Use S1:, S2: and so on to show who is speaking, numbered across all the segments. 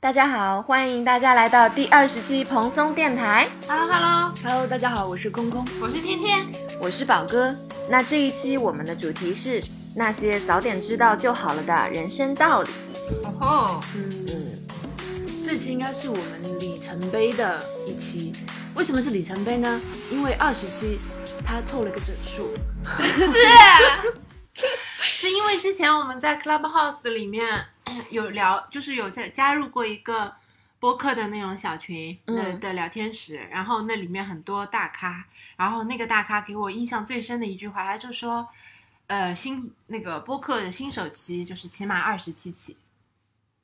S1: 大家好，欢迎大家来到第二十期蓬松电台，
S2: Hello Hello Hello，大家好，我是空空，我是天天。
S1: 我是宝哥。那这一期我们的主题是那些早点知道就好了的人生道理。
S2: 哦吼，
S1: 嗯，
S2: 这期应该是我们里程碑的一期。为什么是里程碑呢？因为二十期它凑了个整数。
S3: 是因为之前我们在 Clubhouse 里面 有聊，就是有在加入过一个播客的那种小群的、
S1: 嗯
S3: 的聊天室，然后那里面很多大咖，然后那个大咖给我印象最深的一句话，他就说，呃，新那个播客的新手期就是起码二十期起，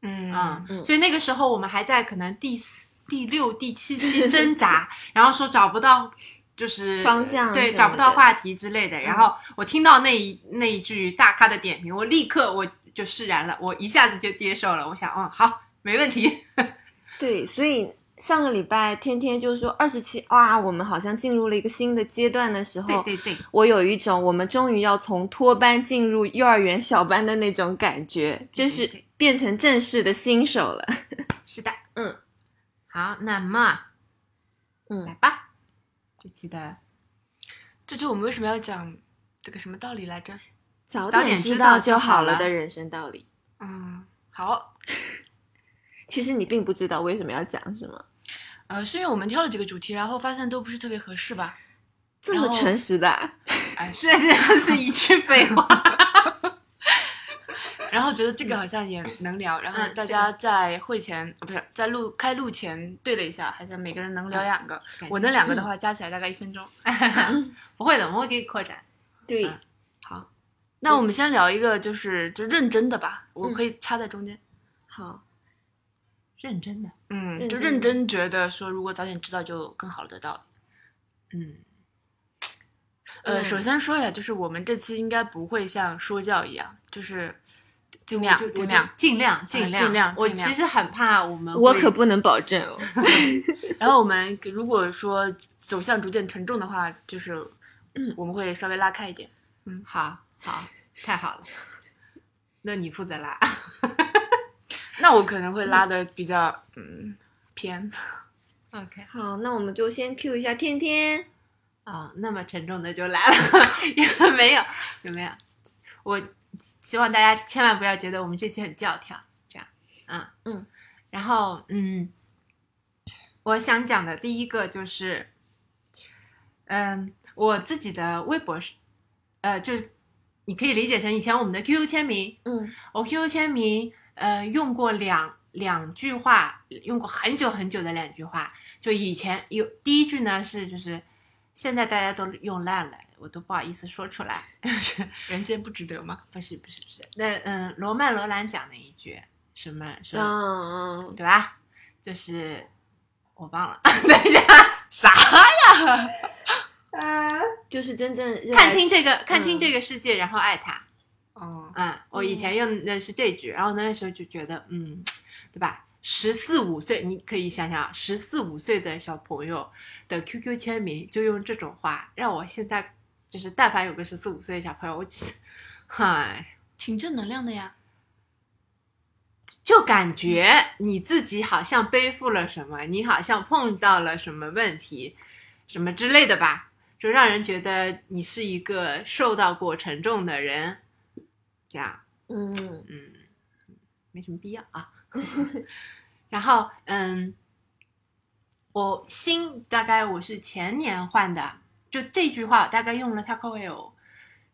S2: 嗯
S3: 嗯，
S1: 嗯
S3: 所以那个时候我们还在可能第四、第六、第七期挣扎，然后说找不到就是
S1: 方向什么
S3: 对，
S1: 的
S3: 找不到话题之类的。然后我听到那一那一句大咖的点评，我立刻我就释然了，我一下子就接受了。我想，嗯，好，没问题。
S1: 对，所以上个礼拜天天就说二十期，哇，我们好像进入了一个新的阶段的时候，
S3: 对对对，
S1: 我有一种我们终于要从托班进入幼儿园小班的那种感觉，就是
S3: 对
S1: 变成正式的新手了。
S3: 是的，
S1: 嗯，
S3: 好，那么，
S1: 嗯
S3: 来吧，这期 的
S2: 这期我们为什么要讲这个什么道理来着？
S1: 早
S3: 早
S1: 点
S3: 点
S1: 知
S3: 知道
S1: 道
S3: 就
S1: 就好
S3: 好
S1: 了
S3: 了
S1: 的人生道理，
S2: 嗯，好，
S1: 其实你并不知道为什么要讲，是吗？
S2: 呃，是因为我们挑了几个主题，然后发现都不是特别合适吧？
S1: 这么
S2: 然后
S1: 诚实的啊、
S2: 哎，是
S3: 这这是一句废话。
S2: 然后觉得这个好像也能聊，然后大家在会前，呃不是在录开录前对了一下，好像每个人能聊两个。我那两个的话加起来大概一分钟。
S3: 不会的，我们会给你扩展。
S1: 对，
S2: 嗯好，那我们先聊一个就是就认真的吧，我可以插在中间。
S1: 好，
S3: 认真的，
S2: 嗯，就
S1: 认真的
S2: 认真觉得说，如果早点知道就更好了的道理。嗯，呃，
S1: 嗯
S2: 首先说一下，就是我们这期应该不会像说教一样，就是尽量尽量。
S3: 尽量尽量
S2: 尽量
S3: 我
S2: 尽量
S3: 其实很怕我嗯们会，
S1: 我可不能保证 哦。
S2: 然后我们如果说走向逐渐沉重的话，就是我们会稍微拉开一点。
S3: 好好太好了。那你负责啦，
S2: 那我可能会拉的比较嗯偏。
S3: OK
S1: 好，那我们就先 Q 一下天天。
S3: 啊、那么沉重的就来了， 有没有？有没有？我希望大家千万不要觉得我们这期很教条，这样，嗯
S1: 嗯，
S3: 然后嗯，我想讲的第一个就是，嗯，我自己的微博是，呃，就是你可以理解成以前我们的 QQ 签名，
S1: 嗯
S3: 我 QQ 签名，呃，用过两两句话，用过很久很久的两句话。就以前有第一句呢是就是，现在大家都用烂了，我都不好意思说出来。
S2: 人间不值得吗？
S3: 不是不是不是，那嗯，罗曼罗兰讲的一句什么什么，
S1: 嗯嗯，
S3: 对吧？就是我忘了， 等一下，
S2: 啥？ 啊
S1: 就是真正热爱
S3: 看清这个看清这个世界，然后爱它。
S2: 哦，
S3: 嗯，我以前用的是这句，然后那时候就觉得，嗯，对吧？十四五岁，你可以想想，十四五岁的小朋友的 QQ 签名就用这种话，让我现在就是，但凡有个十四五岁的小朋友，我就是，嗨，
S2: 挺正能量的呀。
S3: 就感觉你自己好像背负了什么，你好像碰到了什么问题，什么之类的吧，就让人觉得你是一个受到过沉重的人，这样。
S1: 嗯
S3: 嗯，没什么必要啊。 然后，嗯，我新大概我是前年换的，就这句话大概用了它快有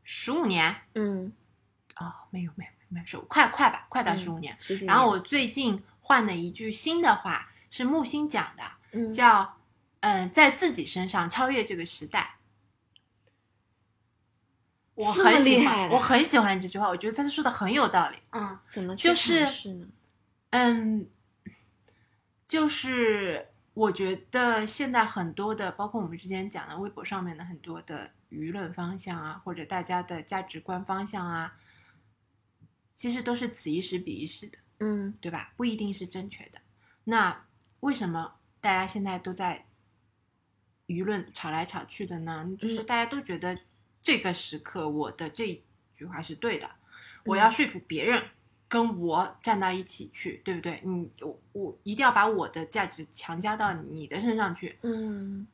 S3: 十五年
S1: 嗯，
S3: 啊、没有没有没有十五，快快吧，快到
S1: 嗯
S3: 十五年。
S1: 十几年。
S3: 然后我最近换了一句新的话，是木心讲的，
S1: 嗯
S3: 叫“嗯，在自己身上超越这个时代”。我
S1: 这么
S3: 很喜
S1: 厉害
S3: 欢，
S1: 的
S3: 我很喜欢这句话，我觉得他说的很有道理。
S2: 嗯，
S1: 怎么去
S3: 就是
S1: 尝试呢？
S3: 嗯，就是我觉得现在很多的，包括我们之前讲的微博上面的很多的舆论方向啊，或者大家的价值观方向啊，其实都是此一时彼一时的，
S1: 嗯
S3: 对吧？不一定是正确的。那为什么大家现在都在舆论吵来吵去的呢？就是
S1: 嗯
S3: 大家都觉得这个时刻我的这一句话是对的，我要说服别人，跟我站到一起去，对不对？你我我一定要把我的价值强加到你的身上去。
S1: 嗯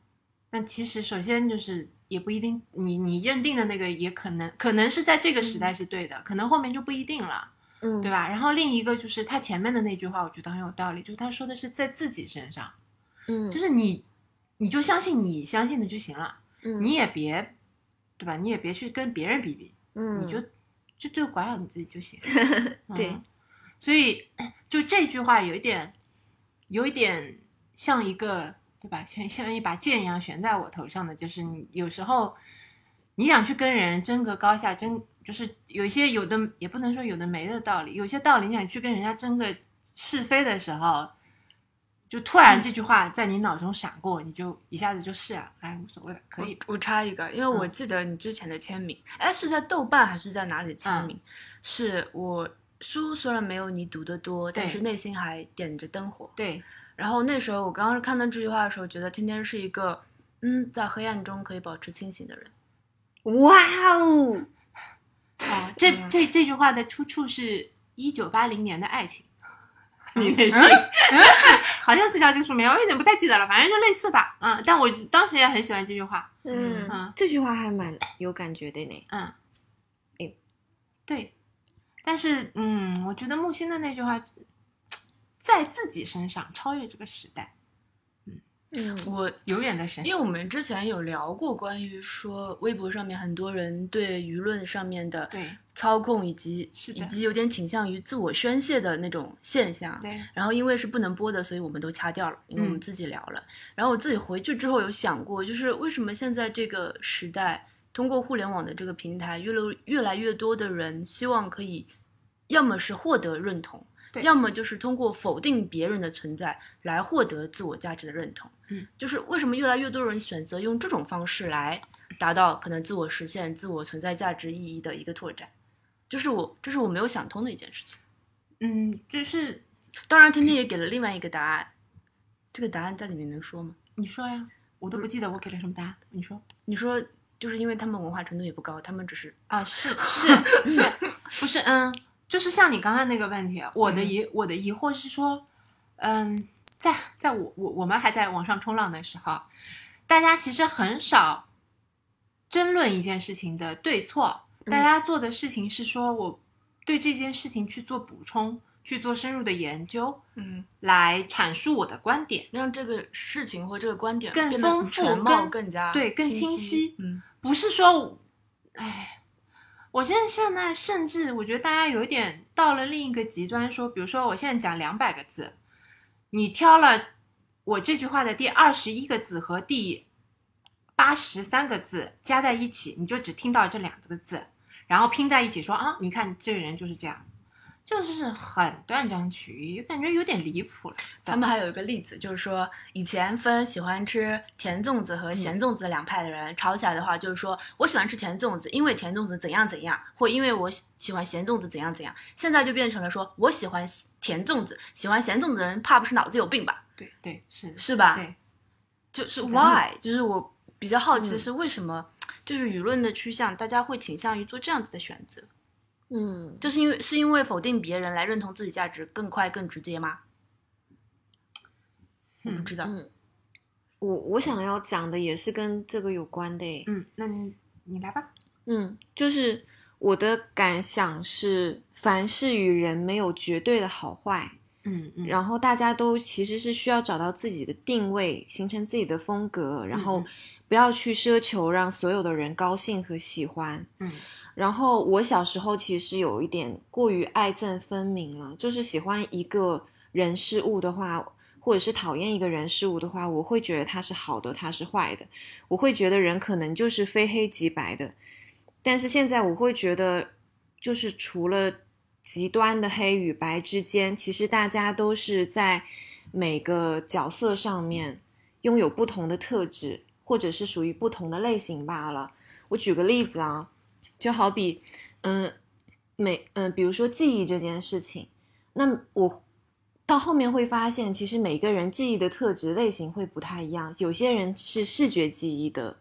S3: 那其实首先就是也不一定，你你认定的那个也可能可能是在这个时代是对的，可能后面就不一定了。
S1: 嗯，
S3: 对？吧？然后另一个就是他前面的那句话，我觉得很有道理，就是他说的是在自己身上，
S1: 嗯，
S3: 就是你，你就相信你相信的就行了，你也别，对吧？你也别去跟别人比比，
S1: 嗯，
S3: 你就就就管好你自己就行。
S1: 对
S3: 嗯所以就这句话有一点，有一点像一个对吧？像像一把剑一样悬在我头上的，就是你有时候你想去跟人争个高下，争就是有一些有的也不能说有的没的道理，有些道理你想去跟人家争个是非的时候。就突然这句话在你脑中闪过，你就一下子就是啊，哎，无所谓吧，可以吧，
S2: 我。我插一个，因为我
S3: 嗯
S2: 记得你之前的签名，哎、是在豆瓣还是在哪里
S3: 嗯
S2: 签名？是我书虽然没有你读的多，但
S3: 对
S2: 是内心还点着灯火。
S3: 对，
S2: 然后那时候我刚刚看到这句话的时候，觉得天天是一个嗯，在黑暗中可以保持清醒的人。
S1: 哇哦，
S3: 哦，这
S2: 嗯
S3: 这这句话的出处是一九八零年的爱情，你的信， 好像是叫这个书名，我有点不太记得了，反正就类似吧。嗯，但我当时也很喜欢这句话。
S2: 嗯
S3: 啊
S1: 嗯，这句话还蛮有感觉的呢。
S3: 嗯，
S1: 哎
S3: 对，但是嗯，我觉得木心的那句话，在自己身上超越这个时代，
S1: 嗯
S2: 我
S3: 永远的神。
S2: 因为我们之前有聊过关于说微博上面很多人对舆论上面的
S3: 对
S2: 操控以及
S3: 是的
S2: 以及有点倾向于自我宣泄的那种现象。
S3: 对，
S2: 然后因为是不能播的，所以我们都掐掉了，因为我
S3: 嗯
S2: 们自己聊了。然后我自己回去之后有想过，就是为什么现在这个时代，通过互联网的这个平台，越来越来越多的人希望可以，要么是获得认同，
S3: 对
S2: 要么就是通过否定别人的存在来获得自我价值的认同。
S3: 嗯，
S2: 就是为什么越来越多人选择用这种方式来达到可能自我实现、自我存在价值意义的一个拓展，就是我这是我没有想通的一件事情。
S3: 嗯，就是
S2: 当然，天天也给了另外一个答案，这个答案在里面能说吗？
S3: 你说呀，我都不记得我给了什么答案，你说。
S2: 你说，就是因为他们文化程度也不高，他们只是
S3: 啊，是是是，不是嗯，就是像你刚刚那个问题，我的疑、我的疑惑是说，嗯，在在我我我们还在网上冲浪的时候，大家其实很少争论一件事情的对错，大
S1: 嗯
S3: 家做的事情是说我对这件事情去做补充，去做深入的研究，
S2: 嗯，
S3: 来阐述我的观点。
S2: 让这个事情或这个观点
S3: 更
S2: 变得
S3: 丰富
S2: 全貌
S3: 更
S2: 更加
S3: 对更
S2: 清
S3: 清晰
S2: 嗯
S3: 不是说我，哎，我现在现在甚至我觉得大家有一点到了另一个极端说比如说我现在讲两百个字，你挑了我这句话的第二十一个字和第八十三个字加在一起，你就只听到这两个字，然后拼在一起说啊，你看这个人就是这样，就是很断章取义，感觉有点离谱了。
S2: 他们还有一个例子，就是说以前分喜欢吃甜粽子和咸粽子两派的人、吵起来的话，就是说我喜欢吃甜粽子，因为甜粽子怎样怎样，或因为我喜喜欢咸粽子怎样怎样。现在就变成了说我喜欢甜粽子，喜欢咸粽子的人怕不是脑子有病吧？
S3: 对对是的
S2: 是吧？
S3: 对
S2: 就是
S3: 的
S2: why，就是我比较好奇的
S3: 嗯
S2: 是为什么，就是舆论的趋向，大家会倾向于做这样子的选择，
S1: 嗯，
S2: 就是因为是因为否定别人来认同自己价值更快更直接吗？我
S3: 嗯
S2: 不知道，
S1: 嗯我我想要讲的也是跟这个有关的诶。
S3: 嗯，那你你来吧，
S1: 嗯，就是我的感想是，凡事与人没有绝对的好坏，
S3: 嗯嗯
S1: 然后大家都其实是需要找到自己的定位，形成自己的风格，然后
S3: 嗯
S1: 不要去奢求让所有的人高兴和喜欢。
S3: 嗯
S1: 然后我小时候其实有一点过于爱憎分明了，就是喜欢一个人事物的话，或者是讨厌一个人事物的话，我会觉得他是好的，他是坏的，我会觉得人可能就是非黑即白的。但是现在我会觉得，就是除了极端的黑与白之间，其实大家都是在每个角色上面拥有不同的特质，或者是属于不同的类型罢了。我举个例子啊，就好比，嗯，每嗯，比如说记忆这件事情，那我到后面会发现，其实每个人记忆的特质类型会不太一样，有些人是视觉记忆的，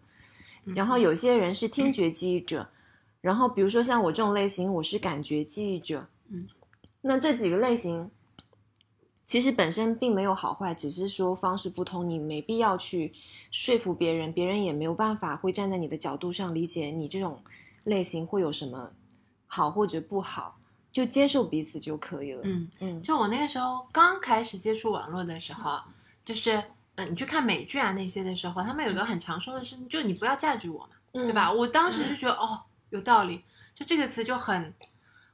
S1: 然后有些人是听觉记忆者，然后比如说像我这种类型，我是感觉记忆者，
S3: 嗯，
S1: 那这几个类型其实本身并没有好坏，只是说方式不同，你没必要去说服别人，别人也没有办法会站在你的角度上理解你这种类型会有什么好或者不好，就接受彼此就可以了。
S3: 嗯，
S1: 嗯
S3: 就我那个时候刚开始接触网络的时候，就是嗯、呃你去看美剧啊那些的时候，他们有一个很常说的是，就你不要价值我嘛，
S1: 嗯
S3: 对？吧？我当时就觉得、哦，有道理，就这个词就很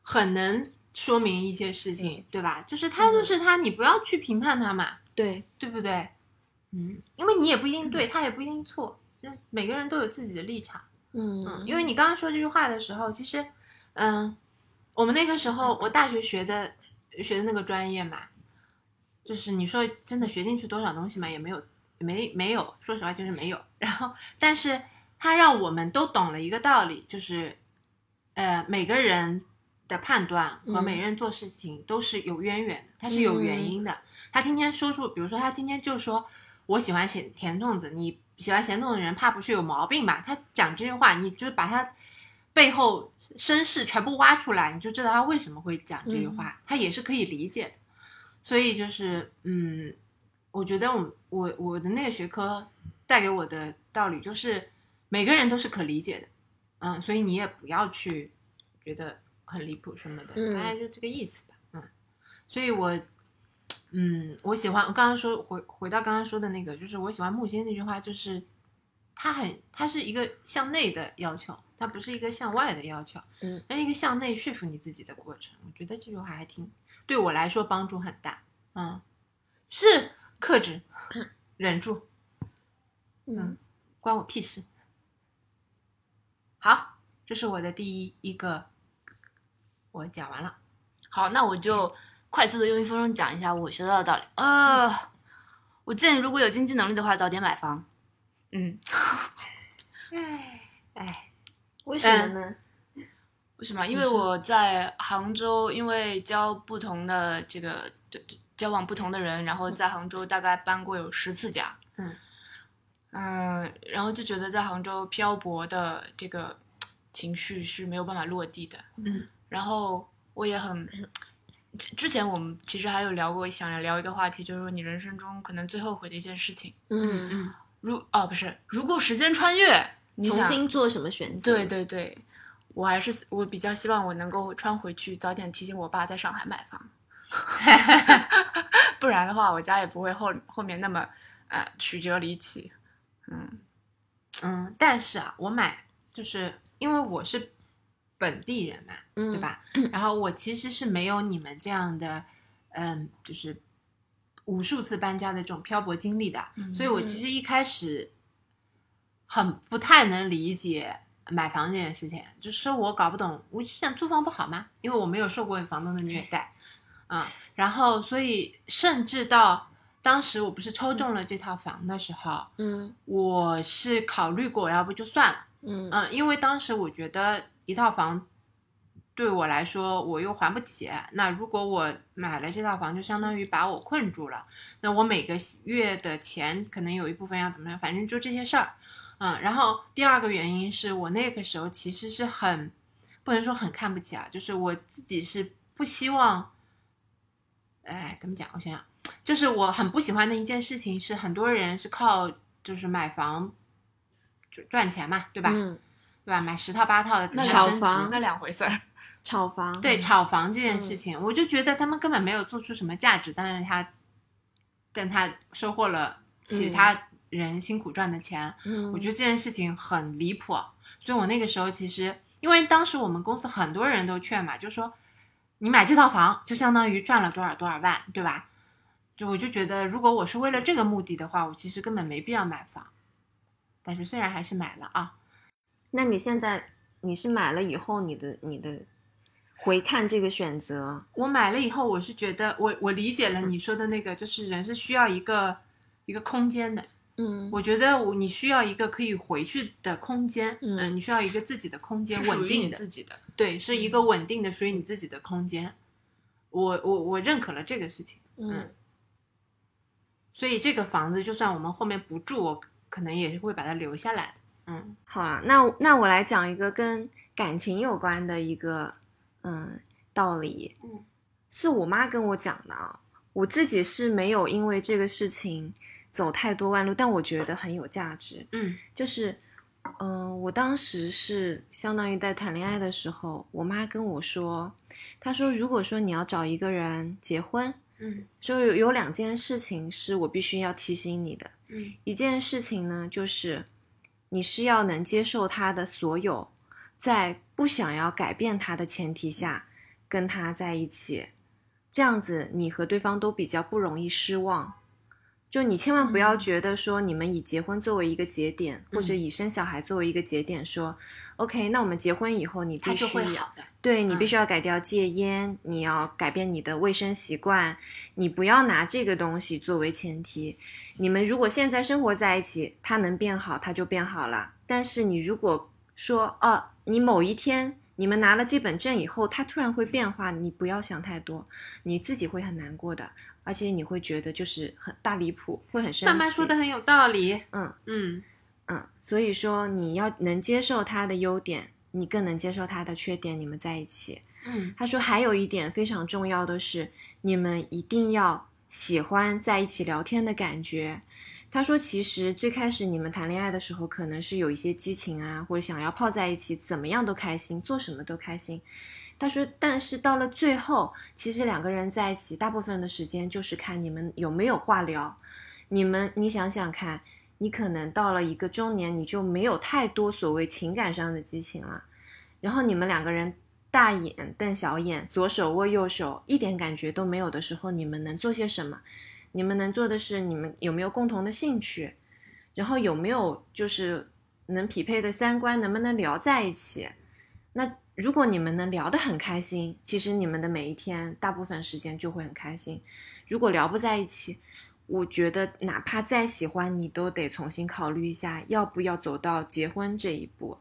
S3: 很能说明一些事
S1: 嗯
S3: 情，对吧？就是他就是他，你不要去评判他嘛，
S1: 对，
S3: 对不对？嗯，因为你也不一定对，他也不一定错，就是每个人都有自己的立场。
S1: 嗯
S3: 嗯，因为你刚刚说这句话的时候，其实，嗯，我们那个时候我大学学的学的那个专业嘛，就是你说真的学进去多少东西嘛，也没有，没没有，说实话就是没有。然后，但是它让我们都懂了一个道理，就是，呃，每个人的判断和
S1: 嗯
S3: 每个人做事情都是有渊源的，它是有原因的。他今天说出，比如说他今天就说我喜欢咸甜粽子，你喜欢咸粽子的人怕不是有毛病吧？他讲这句话，你就把他背后身世全部挖出来，你就知道他为什么会讲这句话，他也是可以理解的。所以就是，嗯，我觉得我我我的那个学科带给我的道理就是，每个人都是可理解的，嗯，所以你也不要去觉得很离谱什么的，
S1: 嗯
S3: 大概就这个意思吧，嗯。所以我，嗯，我喜欢我刚刚说回回到刚刚说的那个，就是我喜欢木心那句话，就是它很它是一个向内的要求，它不是一个向外的要求，
S1: 嗯，
S3: 它是一个向内说服你自己的过程。我觉得这句话还挺对我来说帮助很大，嗯，是克制、忍住，
S1: 嗯
S3: 关我屁事。好，这是我的第一一个，我讲完了。
S2: 好，那我就快速的用一分钟讲一下我学到的道理。呃，我建议如果有经济能力的话，早点买房。嗯，
S3: 哎哎，
S1: 为什么呢？
S3: 嗯
S2: 为什么？因
S3: 你
S2: 为
S3: 说
S2: 我在杭州，因为交不同的这个对对交往不同的人，然后在杭州大概搬过有十次家。
S3: 嗯
S2: 嗯，然后就觉得在杭州漂泊的这个情绪是没有办法落地的。
S3: 嗯
S2: 然后我也很，之之前我们其实还有聊过，想聊一个话题，就是说你人生中可能最后悔的一件事情。
S1: 嗯，
S3: 嗯
S2: 如哦不是，如果时间穿越，你
S1: 重
S2: 想
S1: 新做什么选择？
S2: 对对对，我还是我比较希望我能够穿回去，早点提醒我爸在上海买 房，不然的话我家也不会后后面那么呃曲折离奇。嗯
S3: 嗯，但是啊，我买就是因为我是本地人嘛，
S1: 嗯，
S3: 对？吧？然后我其实是没有你们这样的，嗯，就是无数次搬家的这种漂泊经历的，
S2: 嗯
S3: 所以我其实一开始很不太能理解买房这件事情，就是我搞不懂，我就想租房不好吗？因为我没有受过房东的虐待，嗯，然后所以甚至到当时我不是抽中了这套房的时候，
S1: 嗯
S3: 我是考虑过，要不就算了。
S1: 嗯
S3: 嗯，因为当时我觉得一套房对我来说我又还不起，那如果我买了这套房，就相当于把我困住了。那我每个月的钱可能有一部分要怎么样，反正就这些事儿。嗯，然后第二个原因是我那个时候其实是很不能说很看不起啊，就是我自己是不希望，哎，怎么讲？我想想，就是我很不喜欢的一件事情是，很多人是靠就是买房赚赚钱嘛，对吧？
S1: 嗯，
S3: 对吧？买十套八套的
S2: 那
S3: 才
S1: 炒
S3: 升
S1: 房嗯
S3: 值
S2: 那两回事儿。
S1: 炒房，
S3: 对炒房这件事情，我就觉得他们根本没有做出什么价值，但是他，但他收获了其他人辛苦赚的钱，
S1: 嗯，
S3: 我觉得这件事情很离谱。所以我那个时候其实，因为当时我们公司很多人都劝嘛，就说你买这套房就相当于赚了多少多少万，对吧？就我就觉得，如果我是为了这个目的的话，我其实根本没必要买房。但是虽然还是买了啊，
S1: 那你现在你是买了以后，你的你的回看这个选择，
S3: 我买了以后，我是觉得我我理解了你说的那个，就是人是需要一个一个空间的。
S1: 嗯
S3: 我觉得我你需要一个可以回去的空间，
S1: 嗯
S3: 嗯，你需要一个自己的空间，
S2: 是属
S3: 稳
S2: 于
S3: 定
S2: 你
S3: 的，
S2: 自己的，
S3: 对，是一个稳定的属于你自己的空间。我我我认可了这个事情，嗯所以这个房子就算我们后面不住，我可能也会把它留下来。嗯
S1: 好啊，那我那我来讲一个跟感情有关的一个嗯道理。
S3: 嗯
S1: 是我妈跟我讲的啊，我自己是没有因为这个事情走太多弯路，但我觉得很有价值。
S3: 嗯
S1: 就是，嗯、我当时是相当于在谈恋爱的时候，我妈跟我说，她说如果说你要找一个人结婚，
S3: 嗯
S1: 说有有两件事情是我必须要提醒你的，
S3: 嗯
S1: 一件事情呢就是你是要能接受他的所有，在不想要改变他的前提下跟他在一起，这样子你和对方都比较不容易失望。就你千万不要
S2: 嗯
S1: 觉得说你们以结婚作为一个节点，或者
S3: 嗯
S1: 以生小孩作为一个节点说，OK，那我们结婚以后你
S3: 他
S1: 必须
S3: 就会
S1: 要
S3: 好的。
S1: 对你
S2: 嗯
S1: 必须要改掉戒烟，你要改变你的卫生习惯，你不要拿这个东西作为前提。你们如果现在生活在一起，他能变好，他就变好了。但是你如果说哦，你某一天你们拿了这本证以后，他突然会变化，你不要想太多，你自己会很难过的，而且你会觉得就是很大离谱，会很生气。
S3: 妈妈说的很有道理。
S1: 嗯
S3: 嗯
S1: 嗯，所以说你要能接受他的优点，你更能接受他的缺点，你们在一起。
S3: 嗯
S1: 他说还有一点非常重要的是，你们一定要喜欢在一起聊天的感觉。他说，其实最开始你们谈恋爱的时候，可能是有一些激情啊，或者想要泡在一起，怎么样都开心，做什么都开心。他说，但是到了最后，其实两个人在一起，大部分的时间就是看你们有没有话聊。你们，你想想看，你可能到了一个中年，你就没有太多所谓情感上的激情了。然后你们两个人大眼瞪小眼，左手握右手，一点感觉都没有的时候，你们能做些什么？你们能做的是，你们有没有共同的兴趣？然后有没有就是能匹配的三观，能不能聊在一起？那如果你们能聊得很开心，其实你们的每一天大部分时间就会很开心。如果聊不在一起，我觉得哪怕再喜欢，你都得重新考虑一下，要不要走到结婚这一步。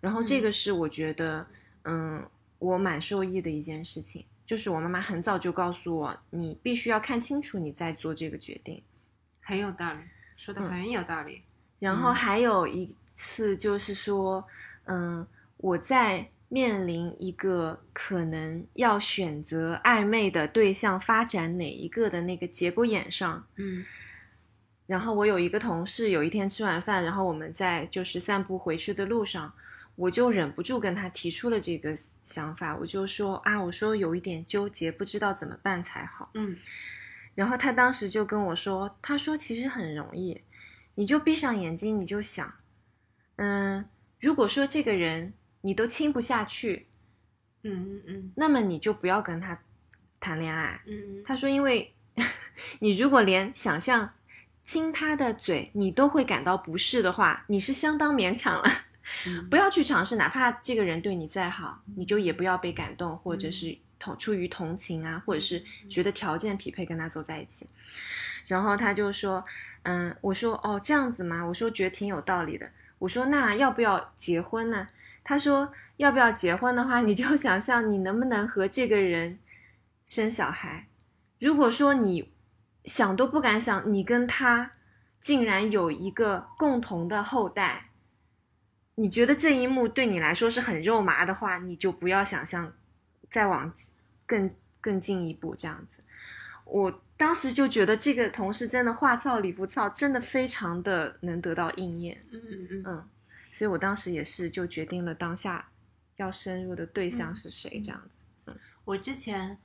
S1: 然后这
S2: 嗯
S1: 个是我觉得，嗯我蛮受益的一件事情，就是我妈妈很早就告诉我，你必须要看清楚你再做这个决定。
S3: 很有道理，说的
S1: 嗯
S3: 很有道理。
S1: 然后
S2: 嗯
S1: 还有一次就是说，嗯，我在面临一个可能要选择暧昧的对象发展哪一个的那个节骨眼上，
S3: 嗯
S1: 然后我有一个同事，有一天吃完饭，然后我们在就是散步回去的路上，我就忍不住跟他提出了这个想法，我就说啊，我说有一点纠结，不知道怎么办才好。
S3: 嗯
S1: 然后他当时就跟我说，他说其实很容易，你就闭上眼睛，你就想，嗯，如果说这个人你都亲不下去，
S3: 嗯嗯
S1: 那么你就不要跟他谈恋爱。
S3: 嗯
S1: 他说，因为 你如果连想象亲他的嘴你都会感到不适的话，你是相当勉强了。
S3: 嗯，
S1: 不要去尝试，哪怕这个人对你再好，你就也不要被感动，或者是同出于同情啊，或者是觉得条件匹配跟他走在一起。然后他就说，嗯，我说哦这样子吗？我说觉得挺有道理的。我说那要不要结婚呢？他说要不要结婚的话，你就想象你能不能和这个人生小孩。如果说你想都不敢想，你跟他竟然有一个共同的后代，你觉得这一幕对你来说是很肉麻的话，你就不要想象再往更更进一步这样子。我当时就觉得这个同事真的话糙理不糙，真的非常的能得到应验。
S3: 嗯嗯嗯
S1: 嗯，所以我当时也是就决定了当下要深入的对象是谁这样子。
S3: 我之前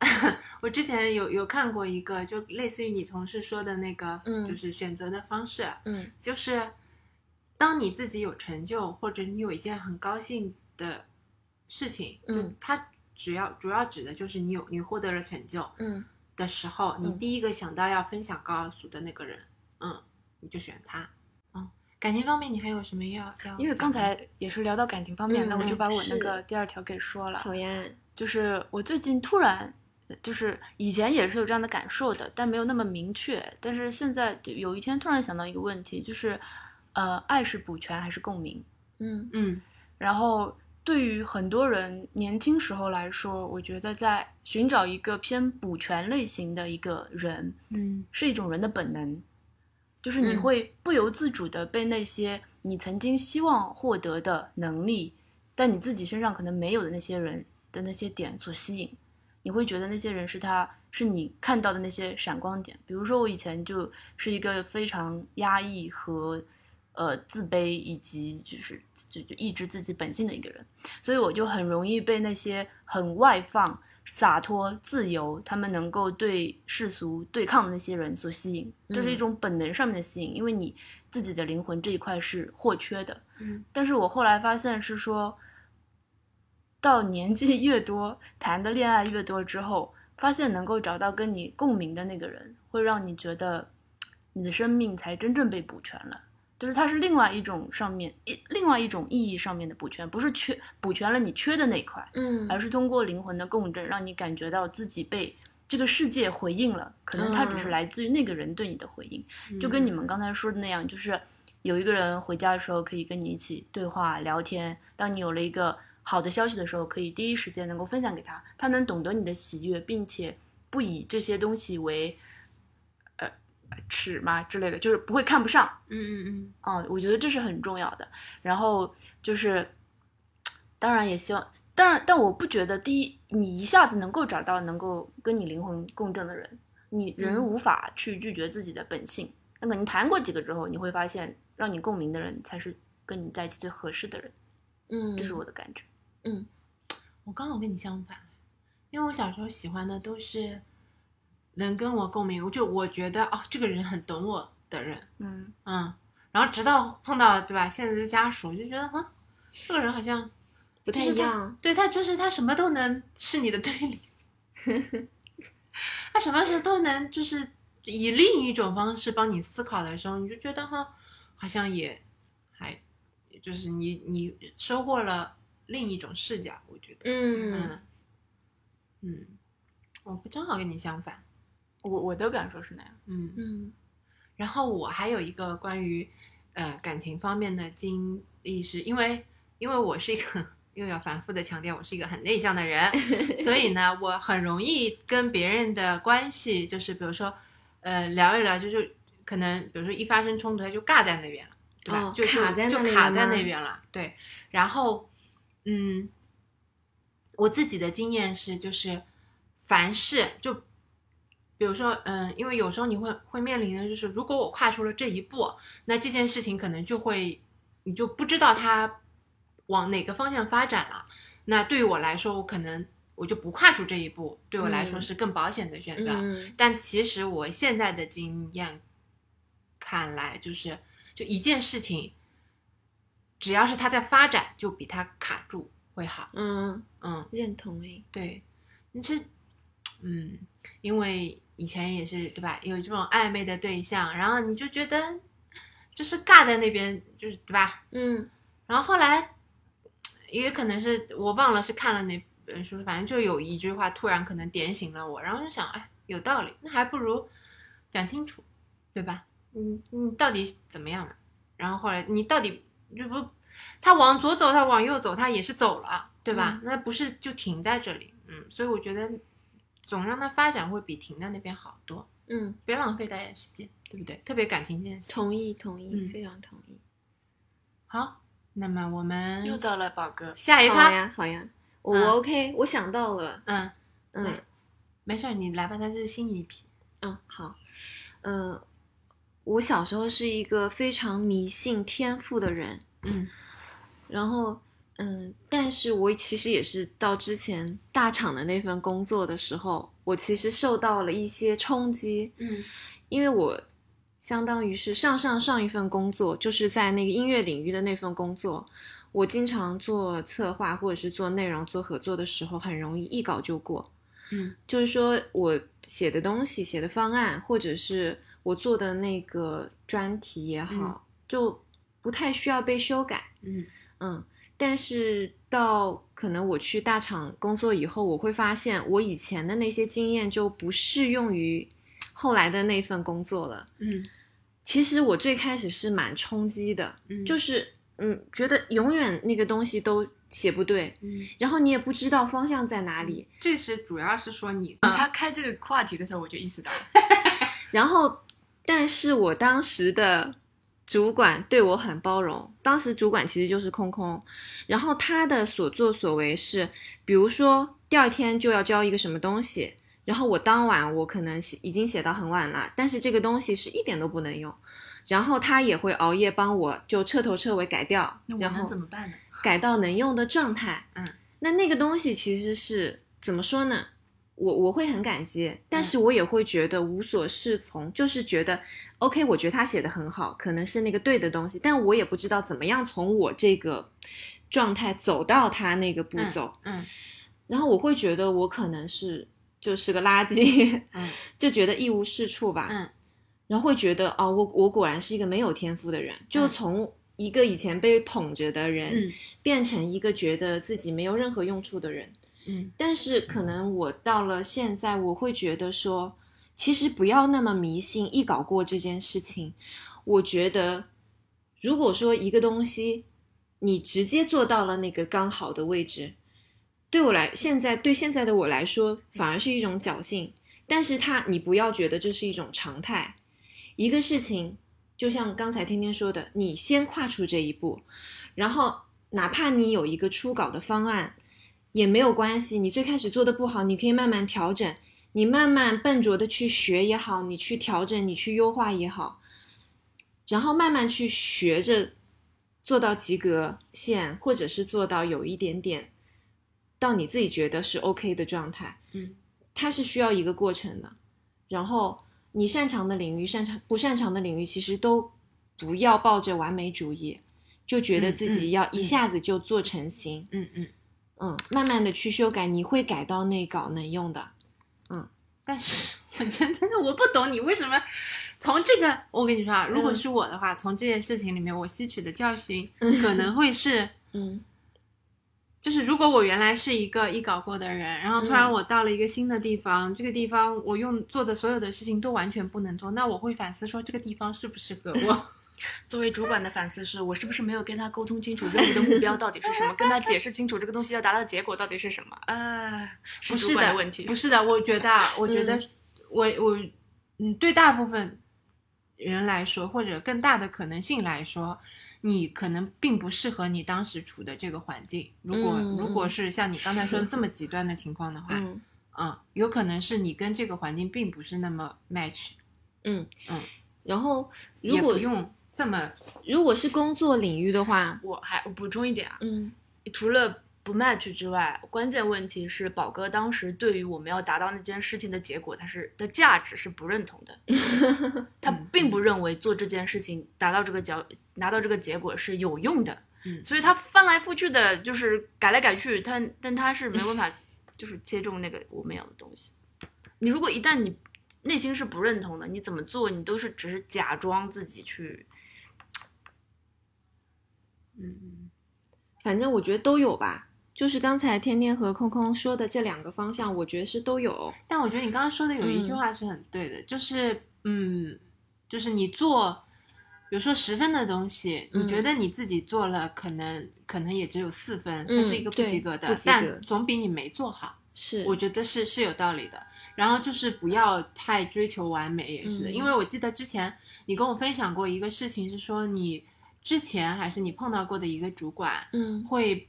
S3: 我之前有有看过一个，就类似于你同事说的那个，
S1: 嗯
S3: 就是选择的方式，啊
S1: 嗯
S3: 就是当你自己有成就，或者你有一件很高兴的事情，就
S1: 嗯
S3: 它只要主要指的就是你有你获得了成就，
S1: 嗯
S3: 的时候，你
S1: 嗯
S3: 第一个想到要分享告诉的那个人，嗯，你就选他。嗯，感情方面你还有什么要要？
S2: 因为刚。才也是聊到感情方面，
S1: 嗯
S2: 那我就把我那
S1: 是
S2: 个第二条给说了。
S1: 讨厌，
S2: 就是我最近突然，呃就是以前也是有这样的感受的，但没有那么明确。但是现在就有一天突然想到一个问题，就是，呃，爱是补全还是共鸣？
S1: 嗯
S3: 嗯
S2: 然后对于很多人年轻时候来说，我觉得在寻找一个偏补全类型的一个人，
S3: 嗯
S2: 是一种人的本能，就是你
S3: 嗯
S2: 会不由自主的被那些你曾经希望获得的能力，但你自己身上可能没有的那些人的那些点所吸引，你会觉得那些人是他是你看到的那些闪光点。比如说我以前就是一个非常压抑和呃自卑以及就是就就抑制自己本性的一个人，所以我就很容易被那些很外放、洒脱、自由，他们能够对世俗对抗的那些人所吸引，这是一
S1: 嗯
S2: 种本能上面的吸引，因为你自己的灵魂这一块是或缺的。
S3: 嗯
S2: 但是我后来发现是说，到年纪越多，谈的恋爱越多之后，发现能够找到跟你共鸣的那个人，会让你觉得你的生命才真正被补全了。就是它是另外一种上面一另外一种意义上面的补全，不是缺补全了你缺的那一块，
S1: 嗯
S2: 而是通过灵魂的共振，让你感觉到自己被这个世界回应了。可能它只是
S1: 嗯
S2: 来自于那个人对你的回应。
S3: 嗯
S2: 就跟你们刚才说的那样，就是有一个人回家的时候可以跟你一起对话聊天，当你有了一个好的消息的时候，可以第一时间能够分享给他，他能懂得你的喜悦，并且不以这些东西为呃尺嘛之类的，就是不会看不上。
S3: 嗯嗯
S2: 啊，我觉得这是很重要的。然后就是，当然也希望，当然，但我不觉得第一，你一下子能够找到能够跟你灵魂共振的人，你人
S3: 嗯
S2: 无法去拒绝自己的本性。那个你谈过几个之后，你会发现，让你共鸣的人才是跟你在一起最合适的人，
S1: 嗯，
S2: 这是我的感觉。
S3: 嗯，我刚好跟你相反，因为我小时候喜欢的都是能跟我共鸣，我就我觉得哦，这个人很懂我的人，
S2: 嗯
S3: 嗯，然后直到碰到对吧现在的家属，就觉得哈，这个人好像
S1: 不太一样。
S3: 对他就是他什么都能是你的对立， 他什么时候都能就是以另一种方式帮你思考的时候，你就觉得哈，好像也还就是你你收获了另一种视角，我觉得，
S1: 嗯，
S3: 嗯嗯，我不正好跟你相反，
S2: 我我的感受是那样。
S3: 嗯
S1: 嗯
S3: 然后我还有一个关于呃感情方面的经历是，因为因为我是一个 又要反复的强调，我是一个很内向的人， 所以呢，我很容易跟别人的关系就是，比如说呃聊一聊，就是可能比如说一发生冲突，他就尬在那边了，对吧？
S1: 哦
S3: 就
S1: 卡在
S3: 就
S1: 那里
S3: 就卡
S1: 了
S3: 在
S1: 吗
S3: 那边了，对。然后嗯，我自己的经验是，就是凡事就，比如说，嗯，因为有时候你会会面临的就是，如果我跨出了这一步，那这件事情可能就会，你就不知道它往哪个方向发展了。那对于我来说，我可能我就不跨出这一步，对我来说
S1: 嗯
S3: 是更保险的选择。
S1: 嗯
S3: 但其实我现在的经验看来，就是就一件事情，只要是它在发展，就比它卡住会好。
S1: 嗯，
S3: 嗯，
S1: 认同诶。
S3: 对，你是，嗯，因为以前也是对吧，有这种暧昧的对象，然后你就觉得就是尬在那边，就是对吧？
S1: 嗯
S3: 然后后来也可能是我忘了是看了哪本书，反正就有一句话突然可能点醒了我，然后就想，哎，有道理，那还不如讲清楚，对吧？你你到底怎么样了？然后后来你到底就不，他往左走，他往右走，他也是走了，对
S2: 嗯
S3: 吧？那不是就停在这里，嗯，所以我觉得总让它发展会比停在那边好多，
S1: 嗯，
S3: 别浪费大家时间，对不对？特别感情这件事。
S1: 同意同意，
S3: 嗯
S1: 非常同意。
S3: 好，那么我们
S2: 又到了宝哥，
S3: 下一
S1: 好
S3: 趴，
S1: 呀好呀，我
S3: 嗯
S1: OK，我想到了，
S3: 嗯。
S1: 嗯
S3: 来没事儿，你来吧，它是新一批。
S1: 嗯好，呃，我小时候是一个非常迷信天赋的人，
S3: 嗯
S1: 然后，嗯，但是我其实也是到之前大厂的那份工作的时候，我其实受到了一些冲击，
S3: 嗯
S1: 因为我相当于是上上上一份工作，就是在那个音乐领域的那份工作，我经常做策划或者是做内容做合作的时候，很容易一稿就过。
S3: 嗯
S1: 就是说我写的东西、写的方案，或者是我做的那个专题也好，
S3: 嗯
S1: 就不太需要被修改。
S3: 嗯
S1: 嗯，但是到可能我去大厂工作以后，我会发现我以前的那些经验就不适用于后来的那份工作了。
S3: 嗯
S1: 其实我最开始是蛮冲击的，
S3: 嗯，
S1: 就是嗯，觉得永远那个东西都写不对，
S3: 嗯，
S1: 然后你也不知道方向在哪里，
S3: 这是主要是说你，
S2: 嗯
S3: 嗯
S2: 他开这个话题的时候我就意识到了，
S1: 然后，但是我当时的主管对我很包容。当时主管其实就是空空，然后他的所作所为是，比如说第二天就要交一个什么东西，然后我当晚我可能写已经写到很晚了，但是这个东西是一点都不能用，然后他也会熬夜帮我就彻头彻尾改掉
S2: 那，我
S1: 然
S2: 能
S1: 后
S2: 怎么办呢？
S1: 改到能用的状态。
S3: 嗯，
S1: 那那个东西其实是怎么说呢？我我会很感激，
S3: 嗯
S1: 但是我也会觉得无所适从，就是觉得 OK，我觉得他写的很好，可能是那个对的东西，但我也不知道怎么样从我这个状态走到他那个步骤。
S3: 嗯
S1: 然后我会觉得我可能是就是个垃圾，
S3: 嗯
S1: 就觉得一无是处吧。
S3: 嗯，
S1: 然后会觉得哦，我我果然是一个没有天赋的人，就从一个以前被捧着的人，
S3: 嗯
S1: 变成一个觉得自己没有任何用处的人。
S3: 嗯
S1: 但是可能我到了现在，我会觉得说，其实不要那么迷信一搞过这件事情。我觉得，如果说一个东西你直接做到了那个刚好的位置，对我来现在对现在的我来说，反而是一种侥幸。但是它，你不要觉得这是一种常态。一个事情，就像刚才天天说的，你先跨出这一步，然后哪怕你有一个初稿的方案，也没有关系。你最开始做的不好，你可以慢慢调整，你慢慢笨拙的去学也好，你去调整，你去优化也好，然后慢慢去学着做到及格线，或者是做到有一点点到你自己觉得是 OK 的状态。
S3: 嗯，
S1: 它是需要一个过程的。然后你擅长的领域、擅长不擅长的领域，其实都不要抱着完美主义，就觉得
S3: 嗯
S1: 自
S3: 嗯
S1: 己要一
S3: 嗯
S1: 下子就做成型。
S3: 嗯嗯。
S1: 嗯，慢慢的去修改，你会改到那稿能用的。
S3: 但是我觉得我不懂你为什么从这个，我跟你说啊，如
S2: 嗯
S3: 果是我的话，从这件事情里面我吸取的教训可能会是，
S1: 嗯
S3: 就是如果我原来是一个一搞过的人，然后突
S2: 嗯
S3: 然我到了一个新的地方，这个地方我用做的所有的事情都完全不能做，那我会反思说这个地方适不适合我。
S2: 作为主管的反思是，我是不是没有跟他沟通清楚任务的目标到底是什么，跟他解释清楚这个东西要达到的结果到底是什么？啊，
S3: 不
S2: 主
S3: 是
S2: 管
S3: 的
S2: 的问题
S3: 不。是的，我觉得啊，我觉
S1: 嗯
S3: 得我我嗯，对大部分人来说，或者更大的可能性来说，你可能并不适合你当时处的这个环境。如果、
S1: 嗯
S3: 如果是像你刚才说的这么极端的情况的话，
S1: 嗯
S3: 嗯有可能是你跟这个环境并不是那么 match，
S1: 嗯
S3: 嗯。
S1: 然后，如
S3: 也
S1: 果
S3: 不用这么
S1: 如果是工作领域的话，
S2: 我还我补充一点啊，
S1: 嗯
S2: 除了不 match 之外，关键问题是宝哥当时对于我们要达到那件事情的结果，他是的价值是不认同 的，他并不认为做这件事情达到这个结拿到这个结果是有用的，
S3: 嗯
S2: 所以他翻来覆去的，就是改来改去，他但他是没办法，就是切中那个我们要的东西。你如果一旦你内心是不认同的，你怎么做你都是只是假装自己去，
S3: 嗯
S1: 反正我觉得都有吧。就是刚才天天和空空说的这两个方向，我觉得是都有。
S3: 但我觉得你刚刚说的有一句
S1: 嗯
S3: 话是很对的，就是嗯，就是你做，比如说十分的东西，
S1: 嗯
S3: 你觉得你自己做了，可能可能也只有四分，
S1: 嗯
S3: 它是一个不及格
S1: 对不，
S3: 的
S1: 及格
S3: 但总比你没做好，
S1: 是
S3: 我觉得是是有道理的。然后就是不要太追求完美，也是的，
S1: 嗯
S3: 因为我记得之前你跟我分享过一个事情，是说你之前还是你碰到过的一个主管
S1: 嗯
S3: 会，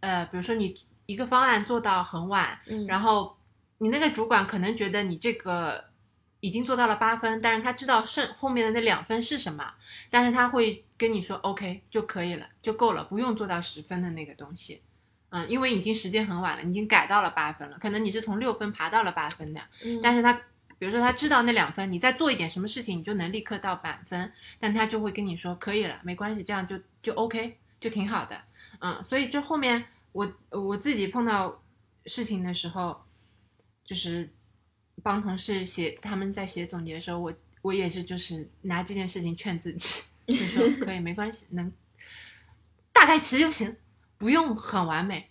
S3: 呃，比如说你一个方案做到很晚。
S1: 嗯，
S3: 然后你那个主管可能觉得你这个已经做到了八分，但是他知道剩后面的那两分是什么，但是他会跟你说 OK 就可以了，就够了，不用做到十分的那个东西。嗯，因为已经时间很晚了，你已经改到了八分了，可能你是从六分爬到了八分的，
S1: 嗯
S3: 但是他比如说他知道那两分，你再做一点什么事情，你就能立刻到满分，但他就会跟你说可以了，没关系，这样就就 OK，就挺好的，嗯，所以就后面我我自己碰到事情的时候，就是帮同事写他们在写总结的时候，我我也是就是拿这件事情劝自己，就说可以没关系，能大概齐就行，不用很完美，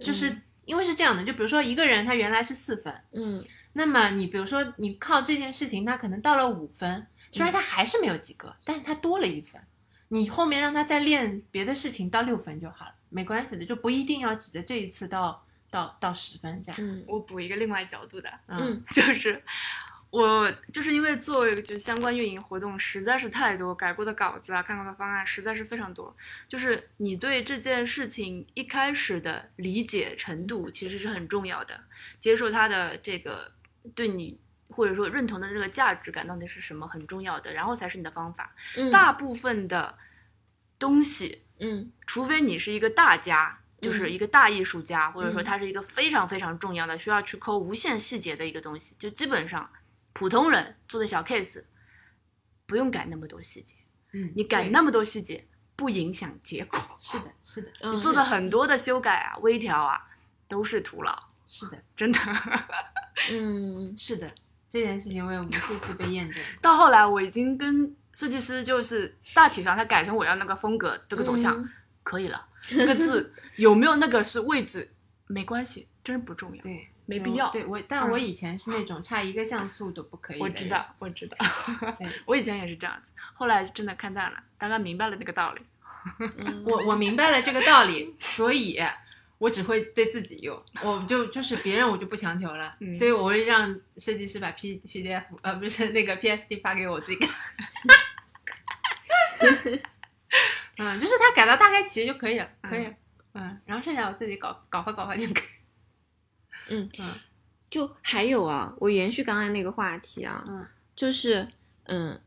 S3: 就是。因为是这样的，就比如说一个人他原来是四分，
S1: 嗯
S3: 那么你比如说，你靠这件事情，他可能到了五分，虽
S2: 嗯
S3: 然他还是没有及格，但是他多了一分。你后面让他再练别的事情到六分就好了，没关系的，就不一定要指着这一次到到到十分这样。
S1: 嗯
S2: 我补一个另外角度的，
S1: 嗯
S2: 就是我就是因为做就相关运营活动实在是太多，改过的稿子啊，看过的方案实在是非常多。就是你对这件事情一开始的理解程度其实是很重要的，接受它的这个对你或者说认同的这个价值感到底是什么很重要的，然后才是你的方法。
S1: 嗯
S2: 大部分的东西，
S1: 嗯
S2: 除非你是一个大家。就是一个大艺术家，或者说
S1: 嗯
S2: 他是一个非常非常重要的，需要去抠无限细节的一个东西。就基本上，普通人做的小 case，不用改那么多细节。
S3: 嗯，
S2: 你改
S3: 对
S2: 那么多细节，不影响结果。
S3: 是的，是的，
S1: 嗯
S2: 你做的很多的修改啊、微调啊，都是徒劳，
S3: 是的，
S2: 真的。
S1: 嗯
S3: 是的，这件事情我也无数次被验证
S2: 到后来，我已经跟设计师就是大体上他改成我要那个风格、这个走向、
S1: 嗯
S2: 可以了，那个字有没有那个是位置没关系，真不重要，
S3: 对，
S2: 没必要。
S3: 对我，但我
S2: 嗯
S3: 以前是那种差一个像素都不可以的
S2: 我
S3: 人。
S2: 知道，我知道
S3: 对，
S2: 我以前也是这样子，后来真的看淡了，大概明白了那 个道理。
S1: 嗯，
S3: 我我明白了这个道理，所以我只会对自己用，我就就是别人我就不强求了，
S2: 嗯
S3: 所以我会让设计师把 P P D F 呃不是那个 P S D 发给我自己看。嗯，就是他改到大概齐就可以了，可以了，嗯然后剩下我自己搞搞发搞发就可以。
S1: 嗯
S3: 嗯
S1: 就还有啊，我延续刚才那个话题啊，
S3: 嗯
S1: 就是嗯，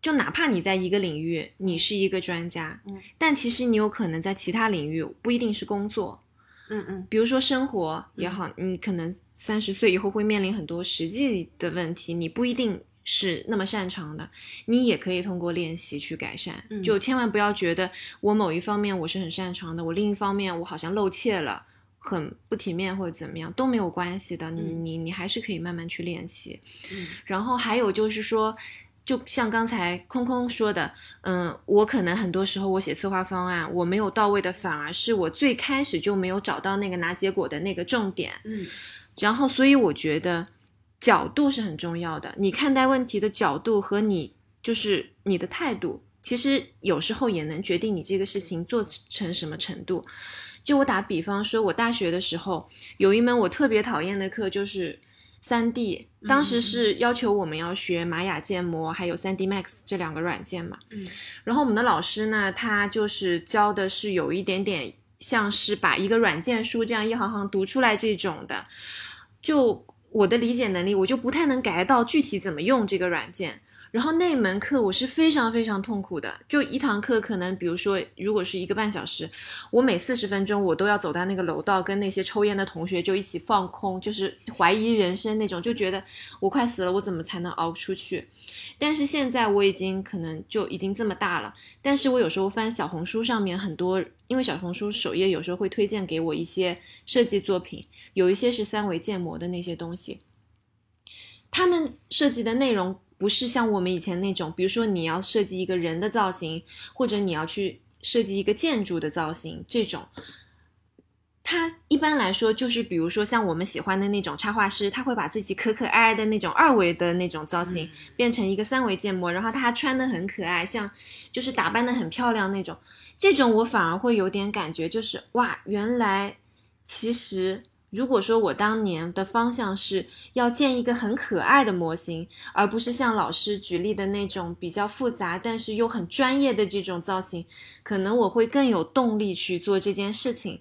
S1: 就哪怕你在一个领域你是一个专家，
S3: 嗯，
S1: 但其实你有可能在其他领域不一定是工作，
S3: 嗯嗯
S1: 比如说生活也好，你可能三十岁以后会面临很多实际的问题，你不一定。是那么擅长的，你也可以通过练习去改善。
S3: 嗯
S1: 就千万不要觉得我某一方面我是很擅长的，我另一方面我好像露怯了，很不体面或者怎么样都没有关系的。你
S3: 嗯
S1: 你你还是可以慢慢去练习。
S3: 嗯
S1: 然后还有就是说，就像刚才空空说的，嗯，我可能很多时候我写策划方案，我没有到位的，反而是我最开始就没有找到那个拿结果的那个重点。
S3: 嗯，
S1: 然后，所以我觉得角度是很重要的，你看待问题的角度和你就是你的态度。其实有时候也能决定你这个事情做成什么程度。就我打比方说，我大学的时候有一门我特别讨厌的课，就是三 D。当时是要求我们要学玛雅建模，还有三 D Max 这两个软件嘛。
S3: 嗯。
S1: 然后我们的老师呢，他就是教的是有一点点像是把一个软件书这样一行行读出来这种的。就我的理解能力，我就不太能 get 到具体怎么用这个软件。然后那门课我是非常非常痛苦的，就一堂课可能，比如说如果是一个半小时，我每四十分钟我都要走到那个楼道，跟那些抽烟的同学就一起放空，就是怀疑人生那种，就觉得我快死了，我怎么才能熬出去？但是现在我已经可能就已经这么大了，但是我有时候翻小红书上面很多，因为小红书首页有时候会推荐给我一些设计作品，有一些是三维建模的那些东西，他们设计的内容不是像我们以前那种，比如说你要设计一个人的造型，或者你要去设计一个建筑的造型这种。它一般来说就是，比如说像我们喜欢的那种插画师，他会把自己可可爱爱的那种二维的那种造
S3: 嗯
S1: 型，变成一个三维建模，然后他还穿的很可爱，像就是打扮的很漂亮那种。这种我反而会有点感觉，就是哇，原来其实如果说我当年的方向是要建一个很可爱的模型，而不是像老师举例的那种比较复杂但是又很专业的这种造型，可能我会更有动力去做这件事情。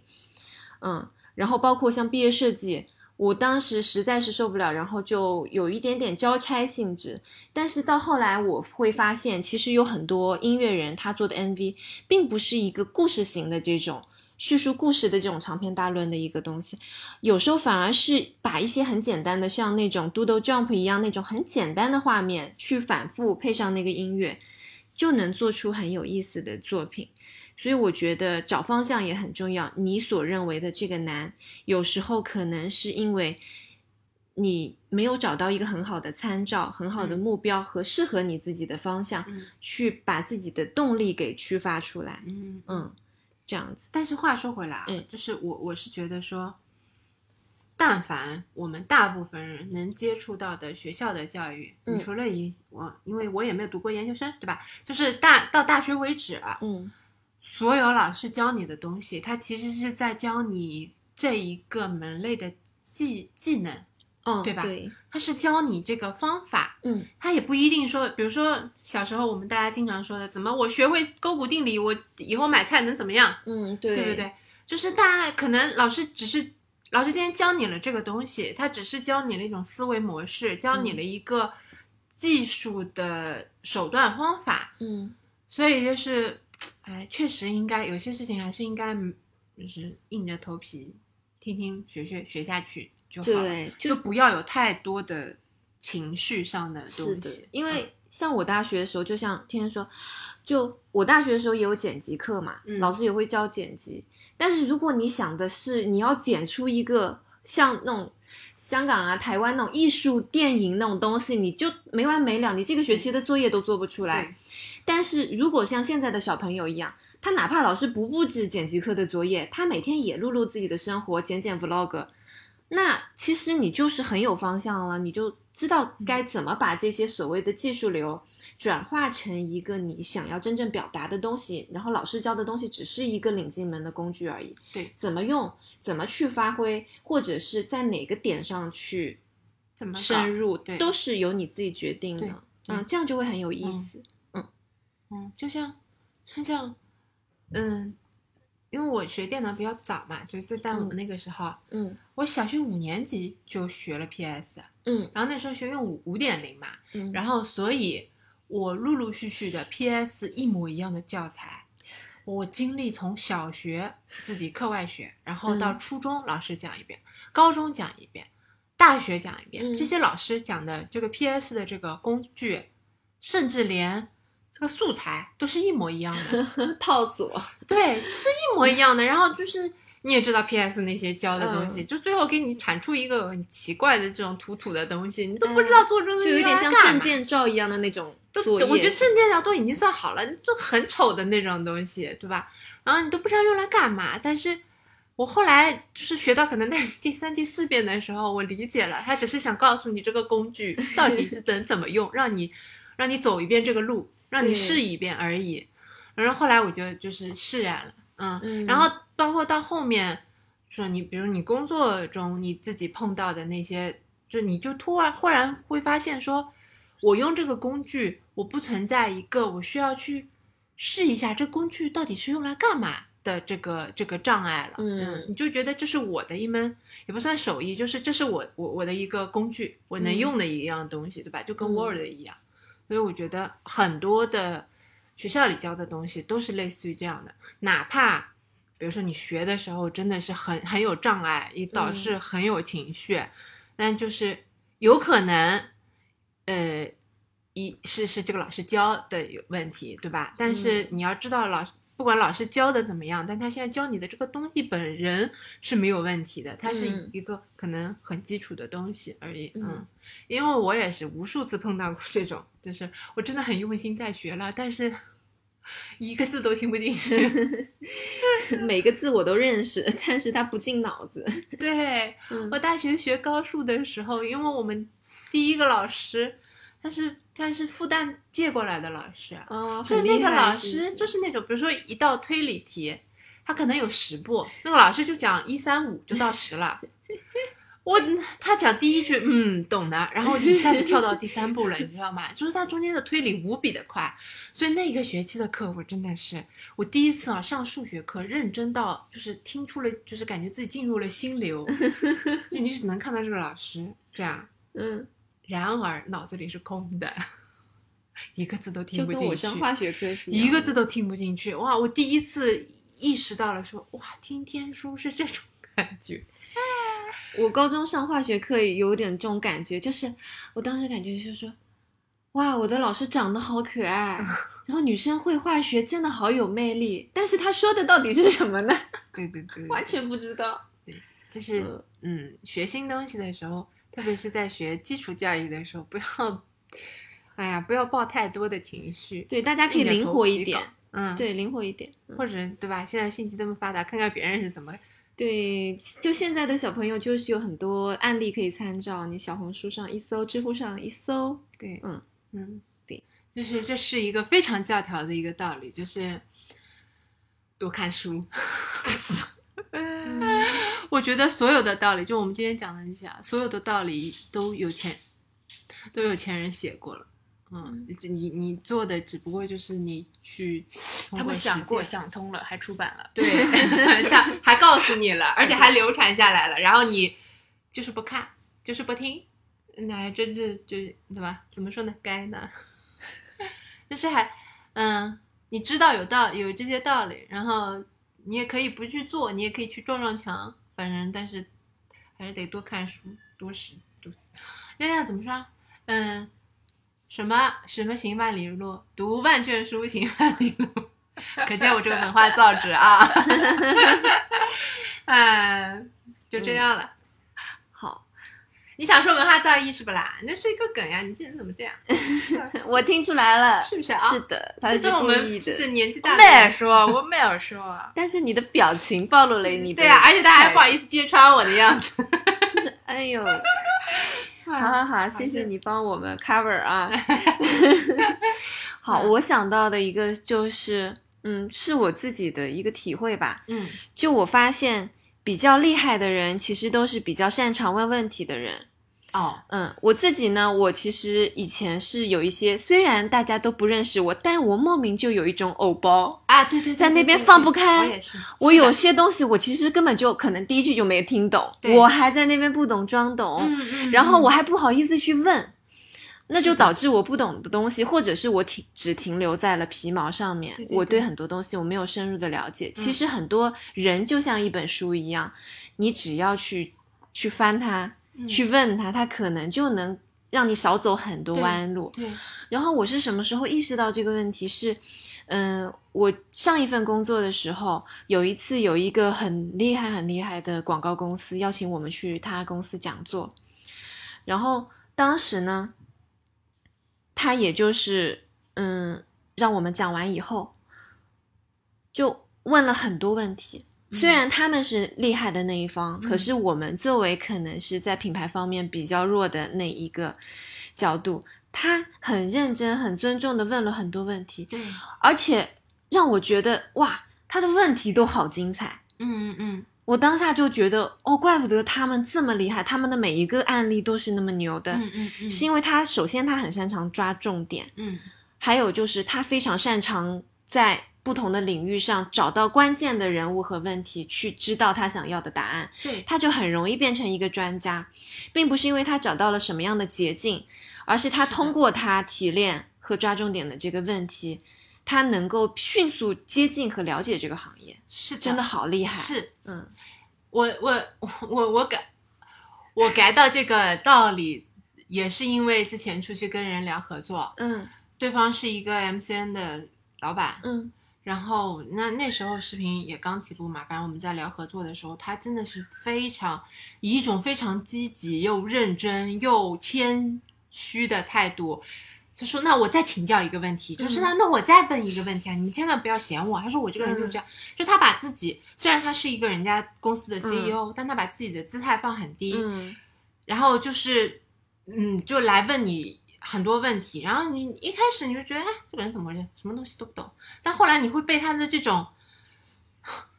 S1: 嗯，然后包括像毕业设计，我当时实在是受不了，然后就有一点点交差性质。但是到后来，我会发现，其实有很多音乐人他做的 MV，并不是一个故事型的这种叙述故事的这种长篇大论的一个东西，有时候反而是把一些很简单的，像那种 Doodle Jump 一样那种很简单的画面，去反复配上那个音乐，就能做出很有意思的作品。所以我觉得找方向也很重要。你所认为的这个难，有时候可能是因为你没有找到一个很好的参照、很好的目标和适合你自己的方向，
S3: 嗯
S1: 去把自己的动力给驱发出来。
S3: 嗯
S1: 嗯，这样子。
S3: 但是话说回来啊，
S1: 嗯
S3: 就是我我是觉得说，但凡我们大部分人能接触到的学校的教育，
S1: 嗯
S3: 你除了以我，因为我也没有读过研究生，对吧？就是大到大学为止、啊，
S1: 嗯
S3: 所有老师教你的东西，他其实是在教你这一个门类的技技能，
S1: 嗯，
S3: 对吧
S1: 对，
S3: 它是教你这个方法，
S1: 嗯，
S3: 它也不一定说，比如说小时候我们大家经常说的，怎么我学会勾股定理，我以后买菜能怎么样？
S1: 嗯，对，
S3: 对不对？就是大家可能老师只是老师今天教你了这个东西，他只是教你了一种思维模式，教
S1: 嗯
S3: 你了一个技术的手段方法，
S1: 嗯，
S3: 所以就是，哎，确实应该有些事情还是应该嗯就是硬着头皮听听学学学下去就好了，
S1: 对，
S3: 就不要有太多的情绪上的
S1: 是
S3: 东
S1: 的
S3: 西，，嗯
S1: 因为像我大学的时候，就像天天说，就我大学的时候也有剪辑课嘛，
S3: 嗯
S1: 老师也会教剪辑。但是如果你想的是你要剪出一个像那种香港啊、台湾那种艺术电影那种东西，你就没完没了，你这个学期的作业都做不出来
S3: 对。
S1: 但是如果像现在的小朋友一样，他哪怕老师不布置剪辑课的作业，他每天也录录自己的生活，剪剪 vlog，那其实你就是很有方向了，你就知道
S3: 嗯
S1: 该怎么把这些所谓的技术流转化成一个你想要真正表达的东西，然后老师教的东西只是一个领进门的工具而已。
S3: 对，
S1: 怎么用，怎么去发挥，或者是在哪个点上去
S3: 怎么搞
S1: 深入，
S3: 对
S1: 都是由你自己决定
S3: 对
S1: 的。嗯，这样就会很有意思。
S3: 嗯，就像，就像，嗯，因为我学电脑比较早嘛，就是在大五
S1: 嗯
S3: 那个时候，
S1: 嗯
S3: 我小学五年级就学了 PS，
S1: 嗯
S3: 然后那时候学用五五点零嘛，
S1: 嗯，
S3: 然后所以，我陆陆续续的 PS 一模一样的教材，我经历从小学自己课外学，然后到
S1: 嗯
S3: 初中老师讲一遍，高中讲一遍，大学讲一遍，
S1: 嗯
S3: 这些老师讲的这个 PS 的这个工具，甚至连这个素材都是一模一样 的，
S1: 后套索，
S3: 对，是一模一样的。然后就是你也知道 PS 那些教的东
S1: 嗯
S3: 西，就最后给你产出一个很奇怪的这种土土的东西，你都不知道做这个东
S1: 嗯就
S3: 西
S1: 有点
S3: 用来
S1: 像
S3: 干
S1: 证
S3: 嘛
S1: 件照一样的那种
S3: 都
S1: 作业。
S3: 我觉得证件照都已经算好了，就很丑的那种东西，对吧？然后你都不知道用来干嘛。但是我后来就是学到可能在 第三、第四遍的时候，我理解了，他只是想告诉你这个工具 到底是能怎么用，让你让你走一遍这个路，让你
S1: 对
S3: 试一遍而已。然后后来我就就是释然了，嗯，
S1: 嗯
S3: 然后包括到后面说你，比如你工作中你自己碰到的那些，就你就突然忽然会发现说，我用这个工具，我不存在一个我需要去试一下这工具到底是用来干嘛的这个这个障碍了。
S1: 嗯
S3: 你就觉得这是我的一门也不算手艺，就是这是我我我的一个工具，我能
S1: 嗯
S3: 用的一样东西，对吧？就跟
S1: 嗯
S3: Word 一样。所以我觉得很多的学校里教的东西都是类似于这样的，哪怕比如说你学的时候真的是很很有障碍，也
S1: 嗯
S3: 导致很有情绪，但就是有可能，呃，一是是这个老师教的有问题，对吧？但是
S1: 嗯
S3: 你要知道老师。不管老师教的怎么样，但他现在教你的这个东西本人是没有问题的，它是
S1: 嗯
S3: 一个可能很基础的东西而已。
S1: 嗯
S3: 嗯因为我也是无数次碰到过这种，就是我真的很用心在学了，但是一个字都听不进去。
S1: 每个字我都认识，但是它不进脑子。
S3: 对
S1: 嗯
S3: 我大学学高数的时候，因为我们第一个老师，他是他是复旦借过来的老师，啊
S1: 哦，
S3: 所以
S1: 很
S3: 那
S1: 厉
S3: 个
S1: 害
S3: 老
S1: 是
S3: 师就是那种，比如说一道推理题，他可能有十步，那个老师就讲一三五就到十 了。我他讲第一句，嗯，懂的，然后一下子跳到第三步了，你知道吗？就是他中间的推理无比的快，所以那一个学期的课，我真的是我第一次啊上数学课，认真到就是听出了，就是感觉自己进入了 心流，就你只能看到这个老师这样，
S1: 嗯，
S3: 然而脑子里是空的， 一个字都听
S1: 就
S3: 不
S1: 跟
S3: 进去。
S1: 我上 化学课是
S3: 一
S1: 样
S3: 个
S1: 的
S3: 字都听不进去。哇，我第一次意识到了说，哇，听天书是这种 感觉。
S1: 我高中上化学课有点这种感觉，就是我当时感觉就是说，哇，我的老师长得好可 爱，然后女生会化学真的好有魅力，但是她说的到底是什么呢？
S3: 对对对，
S1: 完全不知道。
S3: 就是嗯，学新东西的时候，特别是在学基础教育的时候，不要，哎呀，不要抱太多的情绪。
S1: 对，大家可以
S3: 硬着
S1: 灵
S3: 头
S1: 活
S3: 皮
S1: 一点
S3: 搞，嗯，，
S1: 对，灵活一点。
S3: 或者对吧？现在信息这么发达，看看别人是怎么
S1: 对，就现在的小朋友就是有很多案例可以参照，你小红书上一搜，知乎上一搜，
S3: 对，
S1: 嗯
S3: 嗯，
S1: 对，
S3: 就是这是一个非常教条的一个道
S1: 嗯
S3: 理，就是多看书。我觉得所有的道理，就我们今天讲的这些，啊，所有的道理都有钱，都有钱人写过了。嗯，你你做的只不过就是你去通
S2: 他
S3: 过
S2: 们想
S3: 实
S2: 过、
S3: 践
S2: 想通了，还出版了。
S3: 对， 像还告诉你了，而且还流传下来了，然后你就是不看，就是不听，那还真是就是怎么怎么说呢？该呢， 就是还嗯，你知道有道有这些道理，然后你也可以不去做，你也可以去撞撞墙，反正但是还是得多看书，多识多。那样怎么说啊？嗯，什么什么行万里路，读万卷书行万里路。可见我这个文化造 诣啊。哎，就这样了。
S1: 好，
S3: 你想说文化造诣是不啦？那是一个梗呀！你这人怎么这样？
S1: 我听出来了，
S3: 是不是啊
S1: 呃是的，他
S3: 这都是我
S1: 故
S3: 们
S1: 意
S3: 这
S1: 的。。
S3: 年纪大
S4: 我
S3: 的
S4: 没
S3: 人。
S4: 说，我没有说
S2: 啊
S1: 但是你的表情暴露了你的，
S3: 对啊，而且他还不好意思揭穿我的样子。
S1: 就是哎呦，
S4: 嗯
S1: 好
S2: 嗯
S1: 好好，谢谢你帮我们 cover 啊。
S3: 嗯
S1: 好，我想到的一个就是，嗯，是我自己的一个体会吧。
S3: 嗯
S1: 就我发现，比较厉害的人其实都是比较擅长问问题的人。
S3: 哦，
S1: 嗯，我自己呢，我其实以前是有一些，虽然大家都不认识我，但我莫名就有一种偶包。
S3: 啊，对对对，
S1: 在那
S3: 对
S1: 边
S3: 对
S1: 放不
S3: 对
S1: 开
S3: 我也是，
S1: 我
S3: 是的
S1: 有些东西，我其实根本就可能第一句就没听懂，
S3: 对
S1: 我还在那边不懂装懂。
S3: 嗯嗯，
S1: 然后
S3: 嗯
S1: 我还不好意思去问，那
S3: 是
S1: 就
S3: 的
S1: 导致我不懂的东西，或者是我停只停留在了皮毛上面。
S3: 对对
S1: 我
S3: 对嗯
S1: 对很多东西我没有深入的了解。其实很多人就像一本书一样，你只要去去翻它，
S3: 嗯
S1: 去问它，它可能就能让你少走很多
S3: 对
S1: 弯路。
S3: 对，
S1: 然后我是什么时候意识到这个问题？是，嗯、我上一份工作的时候，有一次有一个很厉害、很厉害的广告公司邀请我们去他公司讲座，然后当时呢，他也就是嗯，让我们讲完以后，就问了很多问题。
S3: 嗯
S1: 虽然他们是厉害的那一方，可是我们作为可能是在品牌方面比较弱的那一个角度，他很认真、很尊重的问了很多问题，
S3: 对，
S1: 而且让我觉得哇，他的问题都好精彩。
S3: 嗯嗯嗯，
S1: 我当下就觉得哦，怪不得他们这么厉害，他们的每一个案例都是那么牛的，
S3: 嗯嗯嗯，
S1: 是因为他首先他很擅长抓重点，
S3: 嗯
S1: 还有就是他非常擅长在不同的领域上找到关键的人物和问题，去知道他想要的答案，
S3: 对，
S1: 他就很容易变成一个专家，并不是因为他找到了什么样的捷径，而是他
S3: 是的
S1: 通过他提炼和抓重点的这个问题，他能够迅速接近和了解这个行业，
S3: 是
S1: 真的好厉害。
S3: 是
S1: 嗯，
S3: 我我我我感我感到这个道理，也是因为之前出去跟人聊合作，
S1: 嗯
S3: 对方是一个 MCN 的老板，
S1: 嗯
S3: 然后那那时候视频也刚起步嘛，反正我们在聊合作的时候，他真的是非常以一种非常积极又认真又谦虚的态度。他说：“那我再请教一个问题，就是那那我再问一个问题啊，你们千万不要嫌我。”他说：“我这个人就是这样，就他把自己虽然他是一个人家公司的 CEO，、但他把自己的姿态放很低，
S1: 嗯
S3: 然后就是，嗯，就来问你很多问题，然后你一开始你就觉得，哎，这个人怎么回事，什么东西都不懂，但后来你会被他的这种，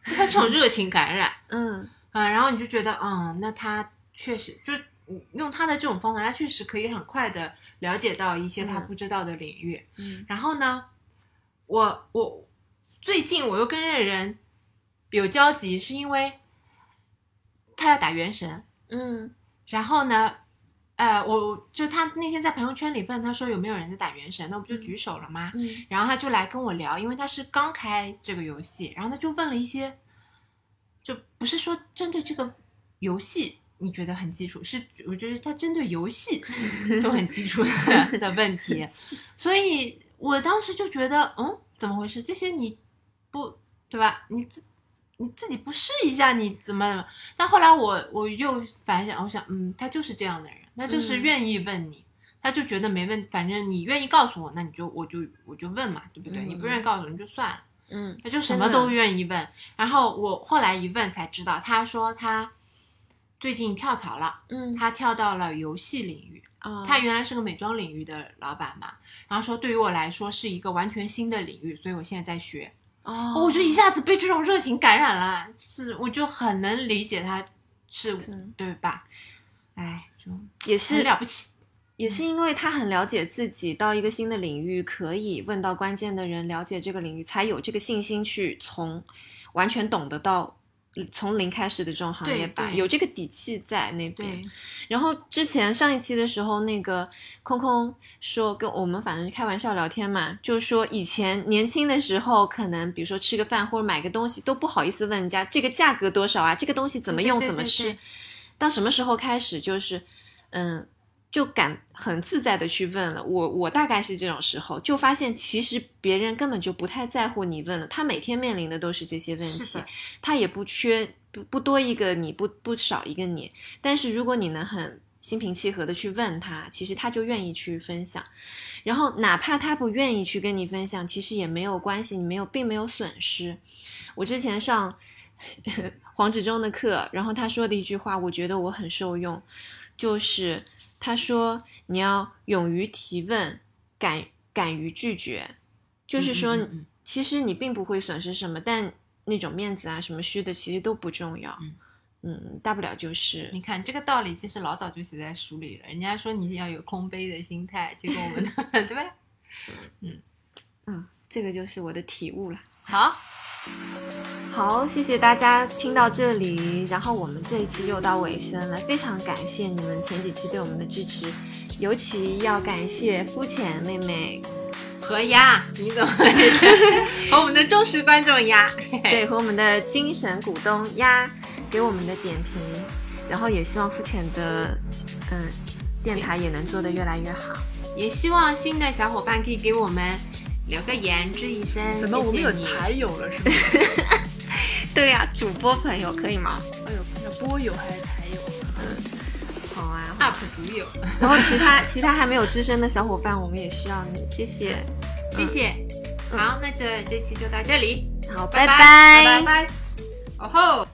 S3: 被他这种热情感染，
S1: 嗯
S3: 嗯，然后你就觉得，嗯，那他确实就是用他的这种方法，他确实可以很快的了解到一些他
S1: 嗯
S3: 不知道的领域，
S1: 嗯
S3: 然后呢，我我最近我又跟这个人有交集，是因为他要打原神，
S1: 嗯
S3: 然后呢，呃，我我就他那天在朋友圈里问，他说有没有人在打原神，那我不就举手了吗？
S1: 嗯
S3: 然后他就来跟我聊，因为他是刚开这个游戏，然后他就问了一些，就不是说针对这个游戏你觉得很基础，是我觉得他针对游戏都很基础的的问题，所以我当时就觉得，嗯，怎么回事？这些你不对吧？你自你自己不试一下，你怎么？但后来我我又反想，我想，嗯，他就是这样的人，他就是
S1: 嗯
S3: 愿意问你。他就觉得没问，反正你愿意告诉我，那你就我就我就问嘛，对不对？
S1: 嗯
S3: 你不愿意告诉我，你就算了，
S1: 嗯
S3: 他就什
S1: 真
S3: 么
S1: 的
S3: 都愿意问。然后我后来一问才知道，他说他最近跳槽了，
S1: 嗯，
S3: 他跳到了游戏领域。
S1: 啊
S3: 他原来是个美妆领域的老板嘛，然后说对于我来说是一个完全新的领域，所以我现在在学。
S1: 哦
S3: 哦，我就一下子被这种热情感染了，是我就很能理解他是对吧？哎，就
S1: 哦也
S3: 很
S1: 是
S3: 了不起。
S1: 也是因为他很了解自己，到一个新的领域可以问到关键的人，了解这个领域，才有这个信心去从完全懂得到从零开始的这种行业
S3: 对
S1: 吧，
S3: 对
S1: 有这个底气在那边。
S3: 对，
S1: 然后之前上一期的时候，那个空空说跟我们反正开玩笑聊天嘛，就说以前年轻的时候，可能比如说吃个饭或者买个东西都不好意思问人家这个价格多少啊，这个东西怎么用
S3: 对对对
S1: 怎么吃
S3: 对。
S1: 到什么时候开始就是，嗯，就敢很自在的去问了。我我大概是这种时候，就发现其实别人根本就不太在乎你问了，他每天面临的都是这些问
S3: 是
S1: 题
S3: 的，
S1: 他也不缺不不多一个你不不少一个你，但是如果你能很心平气和的去问他，其实他就愿意去分享。然后哪怕他不愿意去跟你分享，其实也没有关系，你没有并没有损失。我之前上 黄执中的课，然后他说的一句话，我觉得我很受用，就是他说你要勇于提问，敢敢于拒绝，就是说、
S3: 嗯嗯嗯嗯
S1: 其实你并不会损失什么，但那种面子啊什么虚的其实都不重要。
S3: 嗯
S1: 嗯，大不了就是
S3: 你看这个道理，其实老早就写在书里了。人家说你要有空杯的心态，结果我们 对吧？
S1: 嗯，这个就是我的体悟啦。
S3: 好，
S1: 好，谢谢大家听到这里，然后我们这一期又到尾声了，非常感谢你们前几期对我们的支持，尤其要感谢肤浅妹 妹，
S3: 何呀，你怎么回事？和我们的忠实观众呀，
S1: 对，和我们的精神股东呀给我们的点评，然后也希望肤浅的嗯电台也能做得越来越好。
S3: 也希望新的小伙伴可以给我们留个言，吱一声。
S4: 怎么我们
S3: 谢
S4: 有
S3: 谢你
S4: 台友了 是吗？
S1: 对呀、主播朋友可以吗？
S4: 哎呦，那波友还是台友？
S1: 好啊，
S3: UP 主有，
S1: 然后其他其他还没有吱声的小伙伴，我们也需要你，谢谢。
S3: 谢谢。
S1: 嗯
S3: 好，那这这期就到这里，
S1: 好，
S3: 拜
S1: 拜
S3: 拜拜。哦吼。